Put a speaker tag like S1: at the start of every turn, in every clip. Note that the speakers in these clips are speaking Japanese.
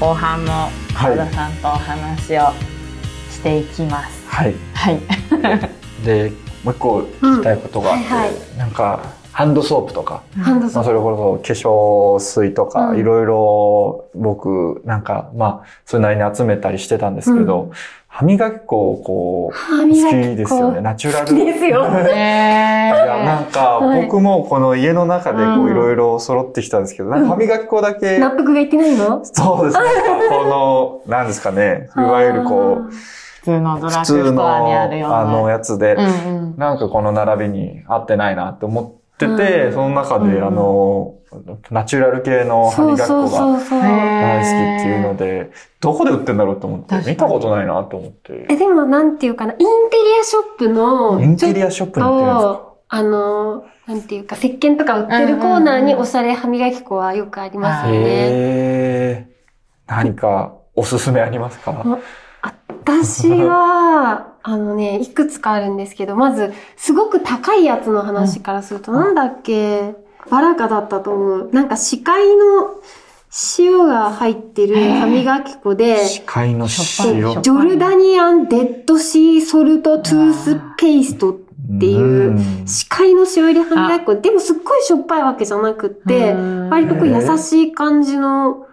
S1: 後半も
S2: はい
S1: 和田さんとお話をしていきます。
S2: はい
S1: はい。
S2: でもう一個聞きたいことがあって、
S3: うんはいは
S2: なんかハンドソープとか、
S3: ハンド
S2: ま
S3: ソ
S2: あ、
S3: ー
S2: それこそ化粧水とか
S3: うん
S2: いろいろ僕なんかまあそれなりに集めたりしてたんですけど、歯磨き粉をこう
S3: 歯
S2: 好き
S3: 磨き粉
S2: ですよねナチュラ
S3: 好きで
S2: ル。
S3: すよ。
S1: え
S2: いやなんか
S3: はい
S2: 僕もこの家の中でこ
S1: う
S2: うんいろいろ揃ってきたんですけど、なんか歯磨き粉だけ、
S3: 納得がいってないの
S2: そうですね。この、なんですかね、いわゆるこう、
S1: 普通のドラ
S2: 普
S1: ッグ
S2: 通
S1: ストアに
S2: の
S1: あるような。
S2: あのやつで、
S1: うんうん。
S2: なんかこの並びに合ってないなって思ってて、
S3: うん
S2: その中で、
S1: うん
S2: あの、ナチュラル系
S3: あ
S2: の
S3: ー
S2: 歯
S3: そう
S2: 磨き
S3: そう
S2: 粉が
S3: そうそう。
S1: へー
S2: 大好きっていうので、どこで売ってんだろうと思って
S1: 確か、に
S2: 見たことないなと思って。
S3: え、でもなんていうかな、インテリアショップの、
S2: インテリアショップに売ってるんですか
S3: あの、なんていうか、石鹸とか売ってるコーナーにおしゃれ歯磨き粉はよくありますよね。
S2: へえ。何かおすすめありますか
S3: うん私は、あ のね、いくつかあるんですけど、まず、すごく高いやつの話からすると、なんだっけ、バラカだったと思う。なんか、視界の塩が入ってる歯磨き粉で、
S2: 視界の
S1: しょっぱい
S2: 塩
S1: し
S3: ジョルダニアンデッドシーソルトトゥースペーストっていう視界の塩入り歯磨き粉。でもすっごいしょっぱいわけじゃなくって
S1: う、ん
S3: 割とこう優しい感じの、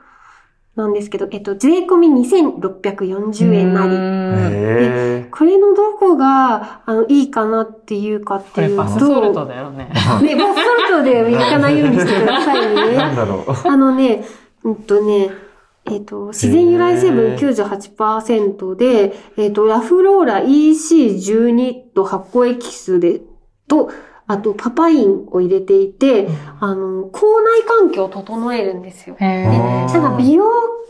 S3: なんですけど、えっと、税込み2640円なり。
S1: り。
S2: へえ。
S3: これのどこが、あの、いいかなっていうかっ
S1: こ
S3: てい
S1: れ
S3: うと。
S1: バスソルトだよね。
S3: ね、バスソルトで行かないようにしてください
S2: なん
S3: ね。
S2: だろう。
S3: あのね、うんとね、えっ、と、自然由来成分98%で、えっ、と、ラフローラ EC12 と発酵エキスで、と、あと、パパインを入れていて、あの、口内環境を整えるんですよ。
S1: へ
S2: う
S1: え。
S2: ん
S3: なんか美容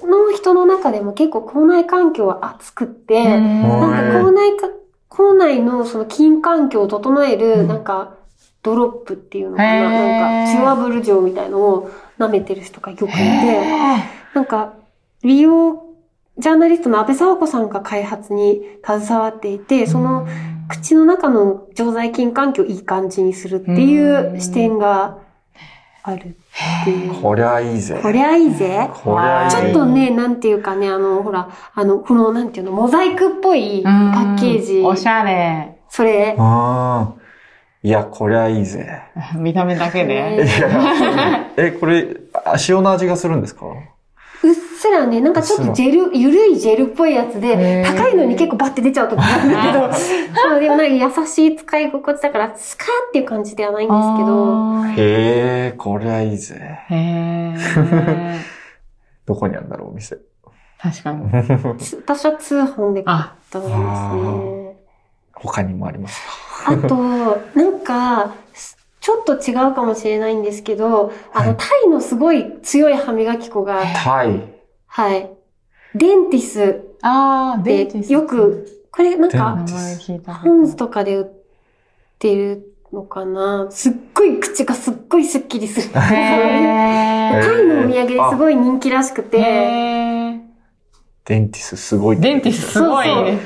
S3: の人の中でも結構口内環境は熱くって、
S2: うん
S3: なんか口内か、口内のその筋環境を整える、なんか、ドロップっていうのかな、
S1: へー
S3: なんか、チュアブル錠みたいのを舐めてる人がよくいて、
S1: へ
S3: なんか、美容ジャーナリストの安部沢子さんが開発に携わっていて、その口の中の常在菌環境をいい感じにするっていう視点があるっていう。
S2: こりゃいいぜ。
S3: こりゃいいぜ。
S2: こりゃいい。
S3: ちょっとね、なんていうかね、あの、ほら、あの、この、なんていうの、モザイクっぽい
S1: え
S3: パッケー
S1: うんお
S3: ジ
S1: し。ゃれ。
S3: それ、
S2: ああ。いや、こりゃいいぜ。
S1: 見た目だけ
S2: い
S1: で。
S2: や、 え、これ、あ塩の味がするんですか
S3: うっすらね、なんかちょっとジェル、ゆるいジェルっぽいやつ
S1: へー
S3: で、高いのに結構バッて出ちゃうとかあるんだけど、そう、でもなんか優しい使い心地だから、スカーっていう感じではないんですけ
S1: で
S3: ど、
S1: す
S2: へえ、こりゃいいぜ。
S1: けど。へ え。
S2: どこにあるんだろう、お店。
S1: 確かに。
S3: つ私は通販で買っ
S1: あ、
S3: たんですね。
S2: 他にもありますか
S3: あと、なんか、すちょっと違うかもしれないんですけど、あ
S2: は
S3: の、
S2: い
S3: タイのすごい強い歯磨き粉が、
S2: タイ。
S3: はい。デンティス
S1: あー、デ
S3: で
S1: ーティス
S3: よく、これなん
S2: デ
S1: 名
S2: ン
S3: か、
S1: 前聞いたことある。
S3: ポン酢とかで売ってるのかなすっごい口がすっごいスッキリする。タイ
S1: へー
S3: のお土産ですごい人気らしくて、
S1: へー
S2: デンティスすごい。
S1: デンティスすごい
S3: そうそ
S1: ね。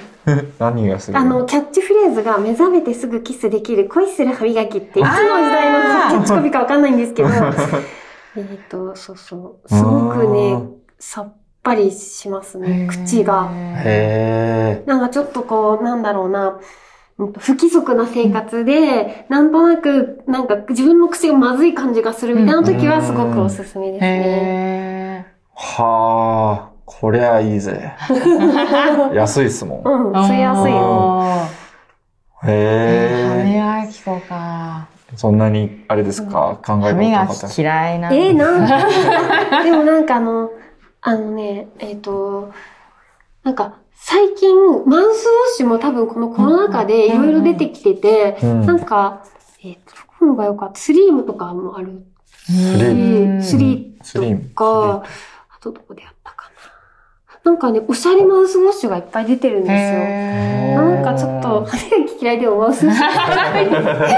S2: 何がすごい
S3: あの、キャッチフレーズが目覚めてすぐキスできる恋する歯磨きって、いつの時代のキャッチコピーかわかんない んですけど、えっと、そうそう。すごくね、さっぱりしますね、口が。
S1: へ
S2: へえ。
S3: なんかちょっとこう、なんだろうな、うんと不規則な生活で、なんとなく、なんか自分の口がまずい感じがするみたいな時はすごくおすすめで
S1: ー。
S3: すね。
S1: へ
S2: はあ、こりゃいい ぜ。安いっすもん。
S3: うん、吸いやすいよ。
S1: よ。歯
S2: へえ。
S1: 磨き粉か。
S2: そんなに、あれですか考
S1: 歯
S2: えたこと
S1: 磨
S2: なかった
S1: き嫌いなの。
S3: えー、なんか、で もなんかあの、あのね、えっ、と、なんか、最近、マンスウォッシュも多分このコロナ禍でいろいろ出てきてて、
S2: うん
S3: なんか、えっ、と、どこのが良かったスリームとかもある
S1: ス
S2: リ
S3: し、
S2: ス
S3: スリ
S2: スリム
S3: ーとか、あとどこでやったかな。なんかね、おしゃれマウスウォッシュがいっぱい出てるんですよ。
S1: へ
S2: ー
S3: なんかちょっと、歯磨き嫌いでもマウスウォッシュ。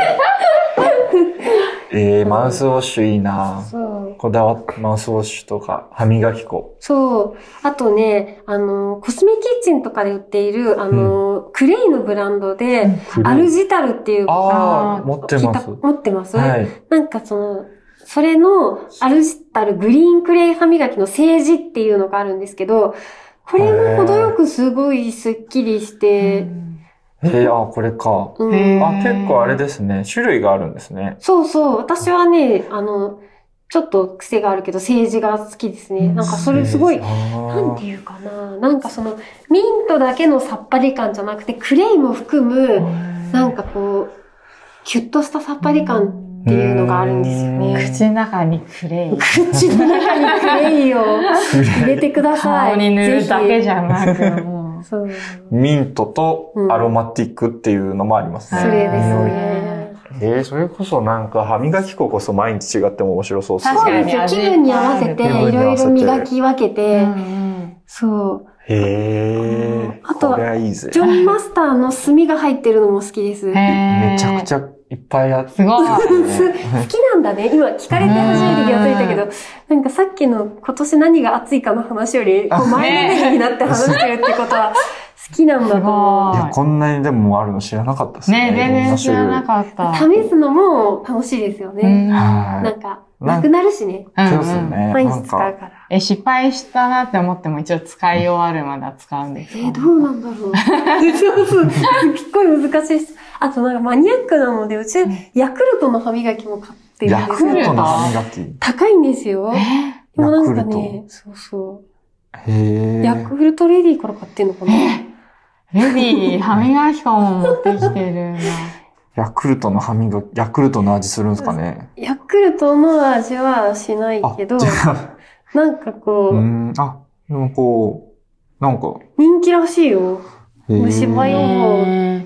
S2: えー、マウスウォッシュいいな
S3: そう。
S2: こだわマウスウォッシュとか、歯磨き粉。
S3: そう。あとね、あの、コスメキッチンとかで売っている、あの、クレイのブランドで、アルジタルっていう、
S2: あ
S1: あ
S2: あ、持ってます
S3: 聞いた。持ってます、
S2: はい。
S3: なんかその、それのアルジタルグリーンクレイ歯磨きの政治っていうのがあるんですけど、これも程よくすごいスッキリして、
S2: えー、あ、これか。
S3: うん
S1: へー
S2: あ、結構あれですね。種類があるんですね。
S3: そうそう、私はね、あの、ちょっと癖があるけど、政治が好きですね。なんかそれすごい、な
S2: なん
S3: ていうかな、なんかその、ミントだけのさっぱり感じゃなくて、クレイも含む、なんかこう、キュッとしたさっぱり感っていうのがあるんですよね。
S1: 口の中にクレイ。
S3: 口の中にクレイを入れてください。
S1: 顔に塗るだけじゃ
S3: ん。
S1: なく、もう。
S3: そう。
S2: ミントとアロマティックっていうのもあります
S3: そ
S2: ね。
S3: れです
S2: 匂い
S3: ね。
S2: えー、それこそなんか歯磨き粉こそ毎日違っても面白そうです
S1: 確
S3: そう
S1: か
S3: で
S1: に
S3: すよ。気分に合わせて、い
S1: 気
S2: 分に合
S3: ろい
S2: わせて
S3: ろ磨き分けて、
S1: うん
S3: そう。
S2: へえ。
S3: あとは
S2: これはいいぜ
S3: ジ。ョンマスターの墨が入ってるのも好きです。
S1: うんへー
S2: めちゃくちゃいっぱいあって。
S1: すごい。
S3: す 好きなんだね。今聞かれて初めて気がついたけど、なんかさっきの今年何が暑いかの話より、こう前のめりになって話してるってことは好きなんだと思う。
S2: いや、
S1: はい
S2: こんなにでもあるの知らなかったですね。
S1: ね、全然知らな
S2: っ
S1: かった。
S3: 試すのも楽しいですよね。な
S2: は
S3: んか、
S2: い。な
S3: なんく
S2: か、
S3: なるしね。
S1: うん
S2: そうですよね。
S3: 毎
S2: な
S3: 日
S2: ん
S3: 使う
S2: か、
S3: から。
S1: え、失敗したなって思っても一応使い終わるまだ使うんです
S3: え
S1: か
S3: ー、どうなんだろう。そうそう。すっごい難しいです。あとなんかマニアックなので、うち、ヤクルトの歯磨きも買ってるん
S2: ヤ
S3: です
S2: クル
S3: よ
S2: ト。の歯磨き。
S3: 高いんですよ。
S1: え
S3: でもなんか
S2: ヤクル
S3: ね、そうそう。
S2: へ
S3: ヤ
S2: え。
S3: クルトレディーから買ってんのかな
S1: レディー、歯磨き粉も持ってきてるんだ。
S2: ヤクルトの歯磨き、ヤクルトの味するんですかね。
S3: ヤクルトの味はしない
S2: あ、
S3: けど
S2: じ、ゃあ、
S3: なんかこ
S2: う
S3: う、
S2: ん、あ、でもこう、なんか、
S3: 人気らしいよ。
S2: へー
S3: 虫歯用へ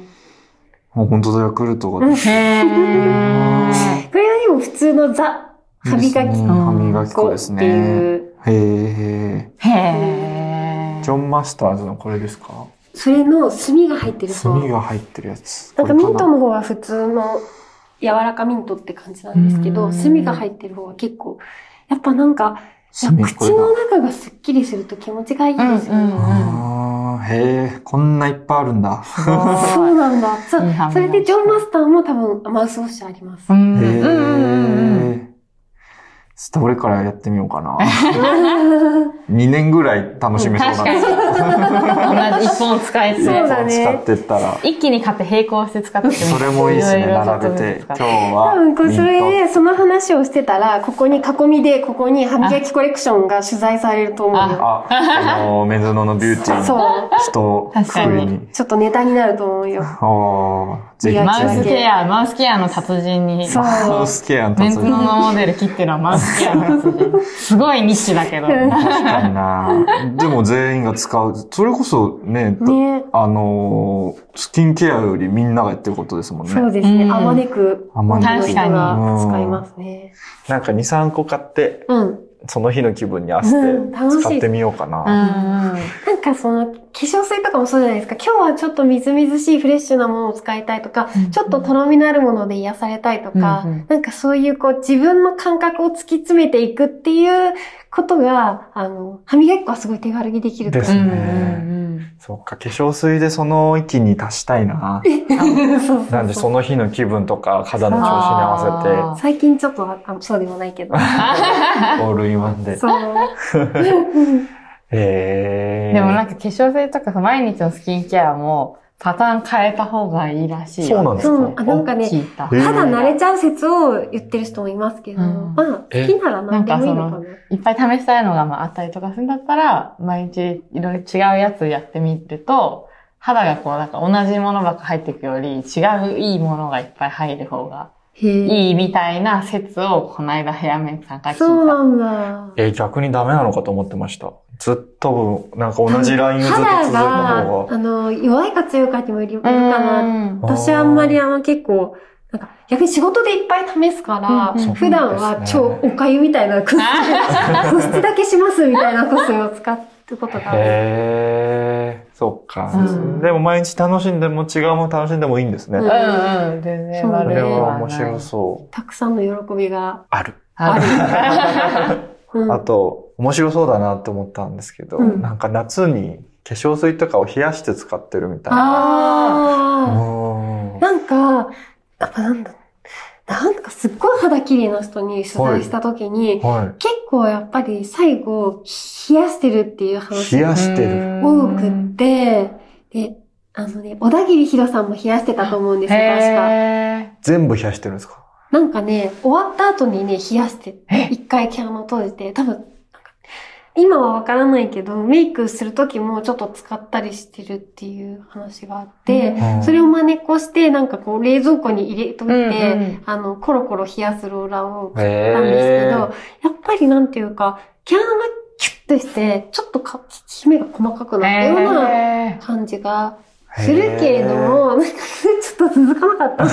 S2: もう本当だ、ヤクルトが。
S3: うん
S1: へー。
S3: これはでも普通のザ、歯
S2: いいで
S3: 磨
S2: すね
S3: き
S2: 歯磨き
S3: 粉
S2: 粉
S3: っ
S2: です
S3: て
S2: ね。
S3: いう、
S2: へえ。
S1: へー。
S2: ジョンマスターズのこれですか
S3: それの炭が入ってる方。
S2: 炭
S3: な
S2: が入ってるやつ。
S3: んかミント
S2: も
S3: の方は普通の柔らかミントって感じなんですけ
S1: う
S3: ど、
S1: ん
S3: 炭が入ってる方は結構、やっぱなんか、
S2: 炭これだ
S3: 口の中がスッキリすると気持ちがいいですよね。
S1: うんうん
S2: あーへえ、こんないっぱいあるんだ。
S1: すごい
S3: そうなんだ。そう
S1: いい歯磨き
S3: それでジョンマスターも多分マウスウォッシュありま
S1: う。
S3: す
S1: ん
S2: へ
S1: うんうんうん。
S2: え。ちょっと俺からやってみようかな。
S3: そ
S2: 2年ぐらい楽しめそ
S1: 確
S2: うだ
S1: かに。同じ一本使え
S3: そう
S1: て。
S3: だね
S2: 使ってったら。
S1: 一気に買って並行して使っても
S2: それもいいですね、
S1: ろろちょっと
S2: 並べ
S1: ず
S2: て。
S1: つ使
S2: 今
S1: っ
S2: 日は。
S3: 多分これそ
S2: ミント
S3: れでその話をしてたら、ここに囲みで、ここに歯磨きコレクションが取材されると思うよ。
S2: あ、あの、メンズノのビューティーの
S3: そう。
S2: 人をく
S1: 確か
S2: くり
S1: に
S2: に。
S3: ちょっとネタになると思うよ。
S2: ああ、ぜひ。
S3: 磨
S1: マ
S3: き
S1: ウスケア、マウスケアの達人に。
S3: そう。
S2: マウスケアの
S1: メン
S2: 達
S1: ズ
S2: 人。
S1: ノのモデル切ってるのはマウスケアの達人。すごいニッチだけど。
S2: 確かにな。でも全員が使う。それこそね、
S3: ね。
S2: あのー、スキンケアよりみんながやってることですもん
S3: そう
S2: ね。
S3: ですね。
S1: うん
S3: あまねく。
S2: あまねく
S3: 女の人が使いますね。
S2: なんか2、3個買って、
S3: うん。
S2: その日の気分に合わせ
S3: うん楽しい
S2: て使ってみようか
S1: う
S2: な。
S1: んうん。
S3: なんかその、化粧水とかもそうじゃないですか。今日はちょっとみずみずしいフレッシュなものを使いたいとか、
S1: うん
S3: ちょっととろみのあるもので癒されたいとか、
S1: うんうん
S3: なんかそういうこう自分の感覚を突き詰めていくっていうことが、あの、歯磨き粉はすごい手軽にできると
S2: で
S1: う
S2: す
S1: んう
S2: ね
S1: ん
S2: そっか、化粧水でその域に達したいな。
S3: そうそうそう
S2: なんでその日の気分とか肌の調子に合わ
S3: 最近ちょっとああそうでもないけど。
S2: せて、オールインワンで。
S3: そう。
S2: へ
S1: う
S2: え
S1: ん。でもなんか化粧水とか毎日のスキンケアもパターン変えた方がいいらしいよ。
S2: そうなんです
S3: そう、あ
S2: か
S3: なんかね、
S1: 聞いた
S2: え。ー
S3: 肌慣れちゃう説を言ってる人もいますけど、
S1: うん
S3: まあ、好きなら何でもいいのかな。
S1: いっぱい試したいのがまああったりとかするんだったら、毎日いろいろ違うやつやってみると、肌がこうなんか同じものばっか入っていくより、違ういいものがいっぱい入る方が
S3: へえ。
S1: いいみたいな説をこの間ヘアメイクさんから
S3: そうな
S1: 聞い
S3: んだ。
S2: えー、逆にダメなのかと思ってました。ずっと、なんか同じラインをずっと続
S3: 肌
S2: いた方
S3: が、
S2: が。
S3: あの、弱いか強いかにもよる
S1: た。
S3: かな。
S1: ん
S3: 私はあんまりあの結構、なんか逆に仕事でいっぱい試すから、
S1: うんうん
S3: 普段は超おかゆみたいなコスメ、保湿だけしますみたいなコスメを使うことがある。
S2: へえ、そっか、
S1: うん
S2: でも毎日楽しんでも違うもの楽しんでもいいんですね。
S3: う
S1: うん
S2: こ
S1: んうん、全然悪い
S2: れ
S1: は
S2: は
S1: ない
S2: 面白そう。
S3: たくさんの喜びが
S2: ある。
S1: ある。
S3: うん
S2: あと、面白そうだなって思ったんですけど、
S3: うん
S2: なんか夏に化粧水とかを冷やして使ってるみたいな。
S3: あ
S2: うん
S3: ーなんか、やっぱなんだ、なんかすっごい肌綺麗な人に取材した時に、
S2: は
S3: 結構やっぱり最後、冷やしてるってい
S2: い。
S3: う
S2: 冷
S3: 話が
S2: やしてる。
S3: 多くって、で、あのね、小田切ヒロさんも冷やしてたと思うんですよ、確か。
S1: へ
S2: 全部冷やしてるんですか
S3: なんかね、終わった後にね、冷やして
S1: え、
S3: 一回キャノ閉じて、多分、なんか今はわからないけど、メイクする時もちょっと使ったりしてるっていう話があって、
S2: うん
S3: それを真似っこして、なんかこう冷蔵庫に入れといて、
S1: うんうん
S3: あの、コロコロ冷やすローラーを買ったんですけ
S2: へ
S3: ど、やっぱりなんていうか、毛穴がキュッとして、ちょっとか、きめが細かくなったような
S1: え
S3: 感じが
S2: え。
S3: するけれども、なんかちょっと続かなかっ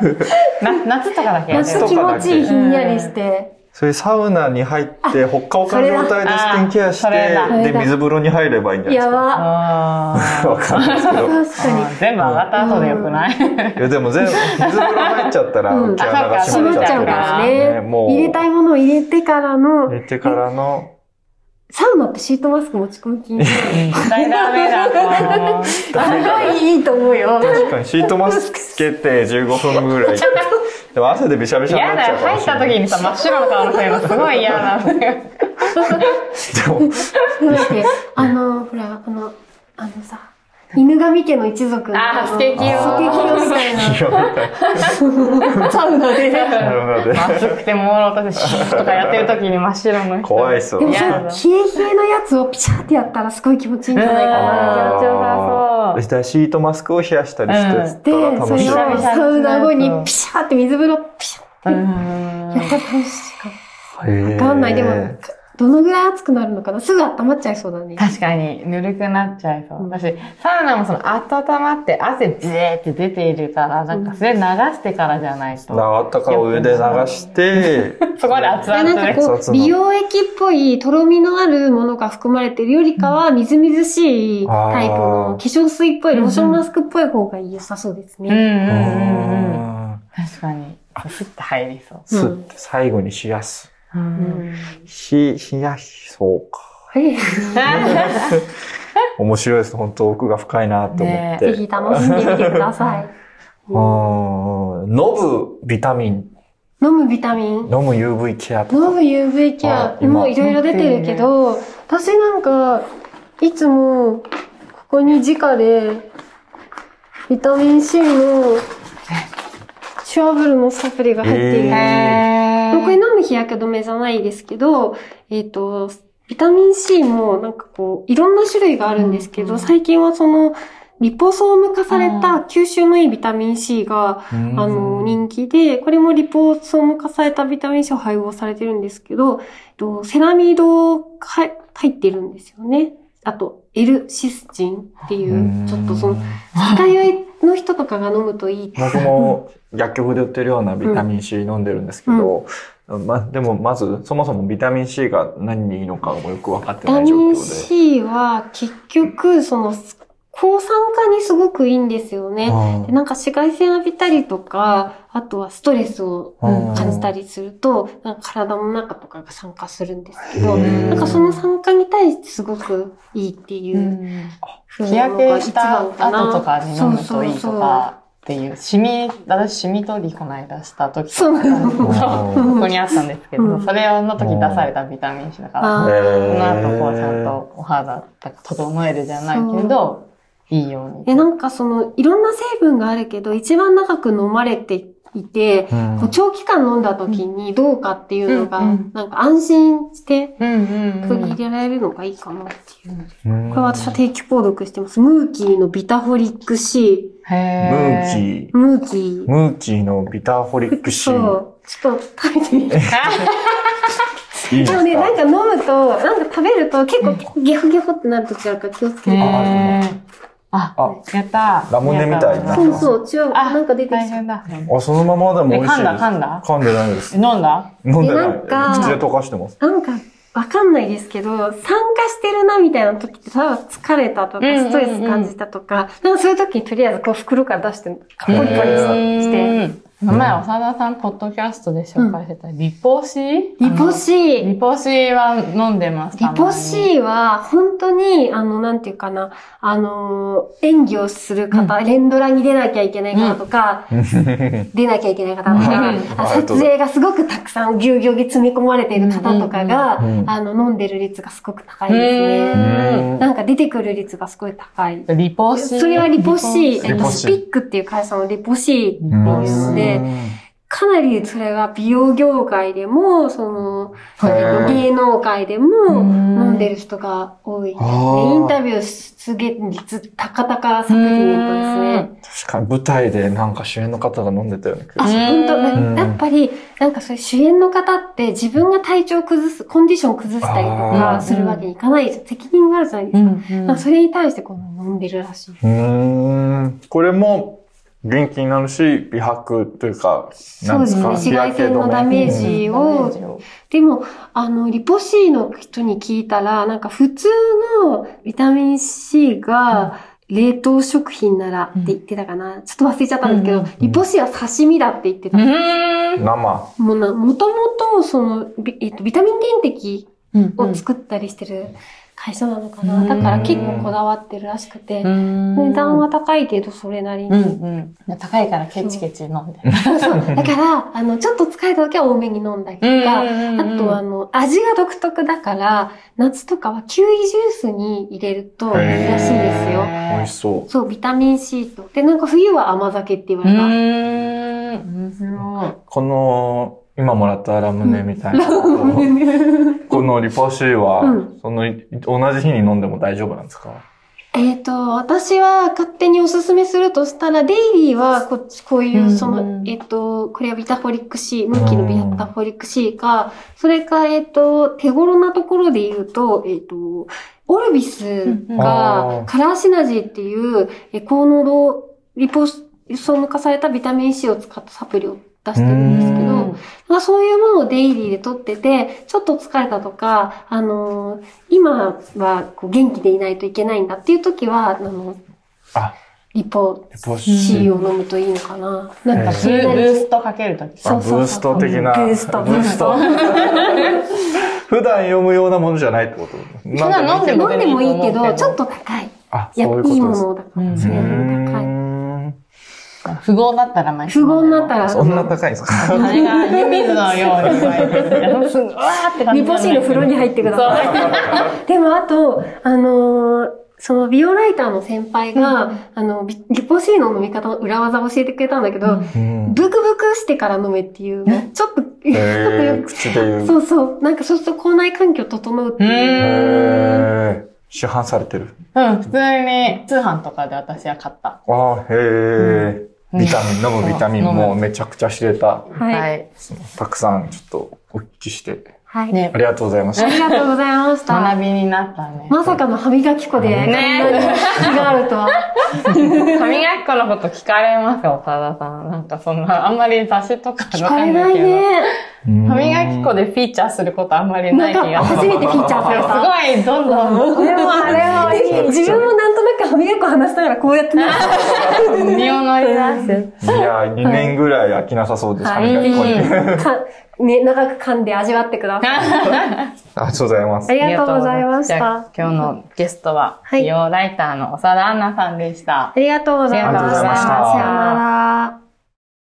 S3: た。
S1: な夏とかだけやって
S3: 夏
S1: る
S2: 夏と
S3: 気
S2: かだ
S3: 持
S2: け
S3: ちいいひんやりして。
S2: それサウナに入って、ほっかほかの状態でスキンケアし
S1: それだあ
S3: ーそれ
S2: て、
S3: だ
S2: で、水風呂に入ればいいんじゃない
S3: やば。
S1: あ
S2: ですか。わかんないですけど。
S3: 確か
S1: ー全部上がった後でよくない
S2: いやでも全部水風呂入っちゃったら
S3: うん
S2: 毛穴が
S3: に。
S2: 閉
S3: 閉
S2: ま
S3: ま
S2: っち
S3: っち
S2: ゃって
S3: ゃうか
S2: る
S3: ら
S2: ね
S3: ね。
S2: もう
S3: 入れたいものを入れてからの、
S2: 寝てからの
S3: サウナってシートマスク持ち込み禁止。す
S1: 絶対ダメだと思う。
S3: ごいいいと思うよ。
S2: 確かにシートマスクつけて15分ぐらいでも汗でびしゃびしゃにな
S1: 嫌
S2: っ
S1: だ
S2: ちゃ
S1: よ。
S2: うかも
S1: 入っ
S2: しれ
S1: た
S2: ない
S1: 時にさ、真っ白の顔の人いるのすごい嫌なんだよ。
S3: だって、あの、ほら、あの、あのさ、犬神家の一族の。
S1: あー
S3: の
S1: スケキヨ
S3: スケキヨみたいな。
S2: でも広い
S3: サウナで。で
S2: なるほど
S1: 真っ白くて朦朧としてシーッとかやってる時に真っ白の人。
S2: 怖いっすよ
S3: も
S2: ね
S1: 嫌だ
S3: そう、冷え冷えのやつをピシャってやったらすごい気持ちいいんじゃないか
S1: あー
S3: な。
S1: 気持ちよさそう
S2: だからシートマスクを冷やしたりして
S3: で
S2: たら、
S3: そ
S2: 楽しい
S3: れ
S2: よ
S3: を
S2: ね
S3: サウナ後にピシャって水風呂ピシャ
S1: う
S3: って
S1: ん。
S3: やったら楽しいかも。
S2: へ
S3: わ
S2: ー
S3: かんない。でも、どのぐらい熱くなるのかなすぐ温まっちゃいそうだね。
S1: 確かに、ぬるくなっちゃいそう。だし、サウナもその、温まって汗ずーって出ているから、なんかそれ流してからじゃないと。
S2: あったかお湯で流して
S1: そこで熱
S3: な
S1: 々
S3: んか
S1: で。
S3: こ
S2: 熱々の
S3: う、美容液っぽい、とろみのあるものが含まれてるよりかは、みずみずしいタイプ
S2: あー
S3: の化粧水っぽい、
S1: うんうん
S3: ローションマスクっぽい方が良さそうです
S1: うんう
S3: ね。
S1: ん
S2: う
S1: うんうん。
S2: ーん
S1: 確かに。スッて入りそう。
S2: 吸って最後に冷やす
S1: う。
S3: うんん
S2: ひ冷やしそうか
S3: はい
S2: 面白いです。本当奥が深いなと思っ
S1: ね
S2: て。
S3: ぜひ楽しんでみてください。
S2: うーん。飲むビタミン、
S3: 飲むビタミン、
S2: 飲む UV ケアと
S3: 飲
S2: か。
S3: む UV ケア
S2: あ今
S3: もいろいろ出てるけど、私なんか、いつも、ここに直で、ビタミン C の、シュワブルのサプリが入っている。
S2: へ
S1: へ
S3: これ飲む日焼け止めじゃないですけど、えっ、と、ビタミン C もなんかこう、いろんな種類があるんですけど、
S1: うん
S3: 最近はその、リポソーム化された吸収のいいビタミン C が、
S2: あ
S3: あの、人気で、これもリポソーム化されたビタミン C を配合されてるんですけど、えっとセラミドが入入ってるんですよね。あと、L シスチンっていう、ちょっとその、二日酔いの人とかが飲むといいって
S2: 僕も薬局で売ってるようなビタミン C 飲んでるんですけど、ま、でもまず、そもそもビタミン C が何にいいのかもよく分かっ
S3: ビ
S2: てな
S3: タ
S2: い状
S3: ミン
S2: 況で。
S3: C は結局、その、抗酸化にすごくいいんですよね。で
S2: う
S3: なんか紫外線浴びたりとか、あとはストレスを
S2: ん
S3: 感じた。りすると、なんか体の中とかが酸化するんですけど、
S2: へー
S3: なんかその酸化に対してすごくいいっていう風
S1: 日
S3: な
S1: 焼
S3: のが
S1: け
S3: 一
S1: した
S3: 番かな。
S1: 後とかに飲むといい
S3: そう
S1: と
S3: そう
S1: かっていう、シミ、私シミ取りこないだした時
S3: そうなの
S1: そうここにあったんですけど、
S3: うん
S1: それの時出されたビタミン C だから、
S3: あ
S2: へ
S1: そ
S2: ー
S1: の後こうちゃんとお肌とか整えるじゃないけど、いいように。
S3: そうえ、なんかその、いろんな成分があるけど、一番長く飲まれていて、
S2: うん
S3: こう長期間飲んだ時にどうかっていうのが、
S1: うんうん
S3: なんか安心して
S1: うんうんう
S3: 取り
S1: ん
S3: 入れられるのがいいかなっていう。
S2: うん
S3: これ私は定期購読してます。ムーキーのビタフォリック C。
S1: へ ー。
S2: ムーキー。
S3: ムーキ
S2: ムーキーのビターフォリック
S3: ー。
S2: シ
S3: そ
S2: ー。
S3: う。ちょっと食べてみて。
S2: いいです
S3: で
S2: か
S3: もね、なんか飲むと、なんか食べると結構ゲホゲホってなる時あるから気をつけて。
S1: へーあ、
S2: あ、
S1: やったー。
S2: ラムネみたいになって
S3: そう
S2: ます
S3: そう、違う。
S1: あ
S3: なんか出て
S1: 大
S3: きた。
S1: 変だ。
S2: あ、そのままでも美
S1: え、
S2: 味しい
S1: 噛ん
S2: です。
S1: だ噛んだ
S2: 噛んでないです。
S1: 飲んだ
S2: 飲んでな
S3: え
S2: い
S3: なんか。
S2: 口で溶かしてます。
S3: なんか、わかんないですけど、酸化してるなみたいな時って、例えば疲れたとか、
S1: うんうんうん
S3: ストレス感じたとか、なんかそういう時にとりあえずこう袋から出して、ポリポリして、
S1: うん前、長田さん、ポッドキャストで紹介してた、リポシー
S3: リポシ
S1: あ
S3: ー
S1: の。リポシーは飲んでます。
S3: リポ
S1: ー
S3: シーは、本当に、あの、なんていうかな、あのー、演技をする方、連ドラに出なきゃいけない方とか、出なきゃいけない方とか、
S1: うん
S3: あ撮影がすごくたくさん、ぎゅうぎゅうに詰め込まれている方とかが、
S2: うんうんうん
S3: あの、飲んでる率がすごく高いですね。
S2: うん
S3: なんか出てくる率がすごい高い。
S1: リポシー。
S3: それはリポシー、え
S2: リ
S3: っ
S2: ポ
S3: と、
S2: シ
S3: ス
S2: ー
S3: ピックっていう会社のリポ
S1: リ
S3: シー、
S1: ポシ
S3: ー
S1: ー。
S3: でかなりそれが美容業界でも、その、
S2: へー
S3: 芸能界でも飲んでる人が多い。でインタ
S2: ビュー
S3: ビューすげえ率高々昨年とですね。
S2: 確かに舞台でなんか主演の方が飲んでたよね。
S3: あ、
S1: うん
S3: 本当
S2: うん
S3: やっぱり、なんかそういう主演の方って自分が体調崩す、コンディション崩したりと
S2: あー
S3: かするわけにいかない、責任があるじゃないで
S1: う
S3: すか。
S1: んうん
S3: まあそれに対してこの飲んでるらしい。
S2: うーんこれも元気になるし、美白というか、
S3: そうですね。
S2: なん
S3: 紫
S2: か
S3: 外線のダメージをでも、あの、リポ C の人に聞いたら、なんか普通のビタミン C が冷凍食品ならって言ってたかな。ちょっと忘れちゃったんですけど、
S1: うん
S3: リポ C は刺身だって言ってた。
S1: う
S2: うん
S1: ん。
S2: 生。
S3: もうな、もともと、その、ビ,、えっとビタミン点滴
S1: うん
S3: を作ったりしてる会社なのかな。
S1: うん
S3: だから結構こだわってるらしくて、値段は高いけどそれなりに。
S1: うんうん。高いからケチケチ飲んで。
S3: だから、あの、ちょっと疲れた時は多めに飲んだりとか、あとあの、味が独特だから、夏とかはキウイジュースに入れるといいらしいですよ。
S2: 美味しそ
S3: そう、ビタミン C と。で、なんか冬は甘酒って言わ
S1: う
S3: れ た。
S1: ん。面白
S2: う。この、今もらったラムネみたいな。このリポシーは、
S3: うん
S2: その、い同じ日に飲んでも大丈夫なんですか
S3: えっと、私は勝手におすすめするとしたら、デイリーはこっち、こうい
S1: うん
S3: う、その、えっと、これはビタフォリック C、無機のビタフォリック C か、それか、えっと、手頃なところで言うと、えっと、オルビス
S2: うんあ
S3: が
S2: ー、
S3: カラーシナジーっていう、え高濃度リポソーム化されたビタミン C を使ったサプリを出してるんですけ
S2: う
S3: ど、
S2: ん
S3: まあ、そういうものをデイリーで取ってて、ちょっと疲れたとか、あのー今はこう元気でいないといけないんだっていう時は、あの、
S2: あ、
S3: リポ
S2: リポシ
S3: C
S2: ー。
S3: を飲むといいのかな。なんか
S1: ブ
S3: 気にな
S1: ー
S3: る。
S1: ストかけるとき。
S2: あ
S3: そ
S2: ブ
S3: うそうそう
S2: ースト的な。
S3: ブースト
S2: ブースト。普段読むようなものじゃないってこと普
S1: 段飲ん で
S3: 飲んでもいい
S1: 飲んでも
S3: け
S1: いいけ
S3: ど、
S1: ど
S3: ちょっと高い。
S2: あ、
S3: いや、
S2: そ
S3: いう
S2: いう
S3: い
S2: こと
S3: も
S2: です。
S1: うん
S3: のだから、それよりも高い。
S1: 不合だったら毎
S3: 不合になったら、
S2: そんな高いんですか
S1: あれが湯水のように毎日。うわーって感じ。
S3: リポシーの風呂に入ってください。でもあと、あのーその美容ライターの先輩が、あの、ビリポシーの飲み方の裏技を教えてくれたんだけど、
S2: うん
S3: ブクブクしてから飲めっていう、ちょっと、ちょっと
S2: へ
S3: よ
S2: ー口で言
S3: く、
S2: う。
S3: そうそう、なんかそうすると口内環境整うっていう。
S1: う
S2: へー市販されてる。
S1: うん、普通に通販とかで私は買った。
S2: あーへ
S1: う
S2: え。
S1: ん
S2: ビタミン、飲むビタミン
S1: そう
S2: もうめちゃくちゃ知れた。
S3: はい。
S1: い。
S2: たくさんちょっとお聞きして。
S3: はい。
S1: ね
S2: あ、りがとうございました。
S3: ありがとうございました。
S1: 学びになったね。
S3: まさかの歯磨き粉で、こんなに気があるとは。
S1: 歯磨き粉のこと聞かれますよ、岡田さん。なんかそんな、あんまり雑誌とか
S3: 聞
S1: わ
S3: かれ
S1: ん
S3: ない
S1: けど。
S3: ね。
S1: 歯磨き粉でフィーチャーすることあんまりな
S3: ないん
S1: 気が
S3: か、
S1: する。
S3: 初めてフィーチャーされた。
S1: すごい、どんどん。これもあれ
S3: え自分もなんとなく歯磨き粉話しながらこうやってね
S1: も、身を乗り出して。
S2: いやー、2年ぐらい飽きなさそうです。
S3: は
S2: 歯
S3: い
S2: 磨き粉に あり
S3: か ね、長く噛んで味わってください。
S2: がとうございます
S3: あ。りがとうございまし
S1: じゃ
S3: た
S1: あ。今日のゲストは、
S3: はい
S1: 美容ライターの長田アンナさんでした。
S3: ありがとうございました。
S2: ありがとうございました
S3: さよなら。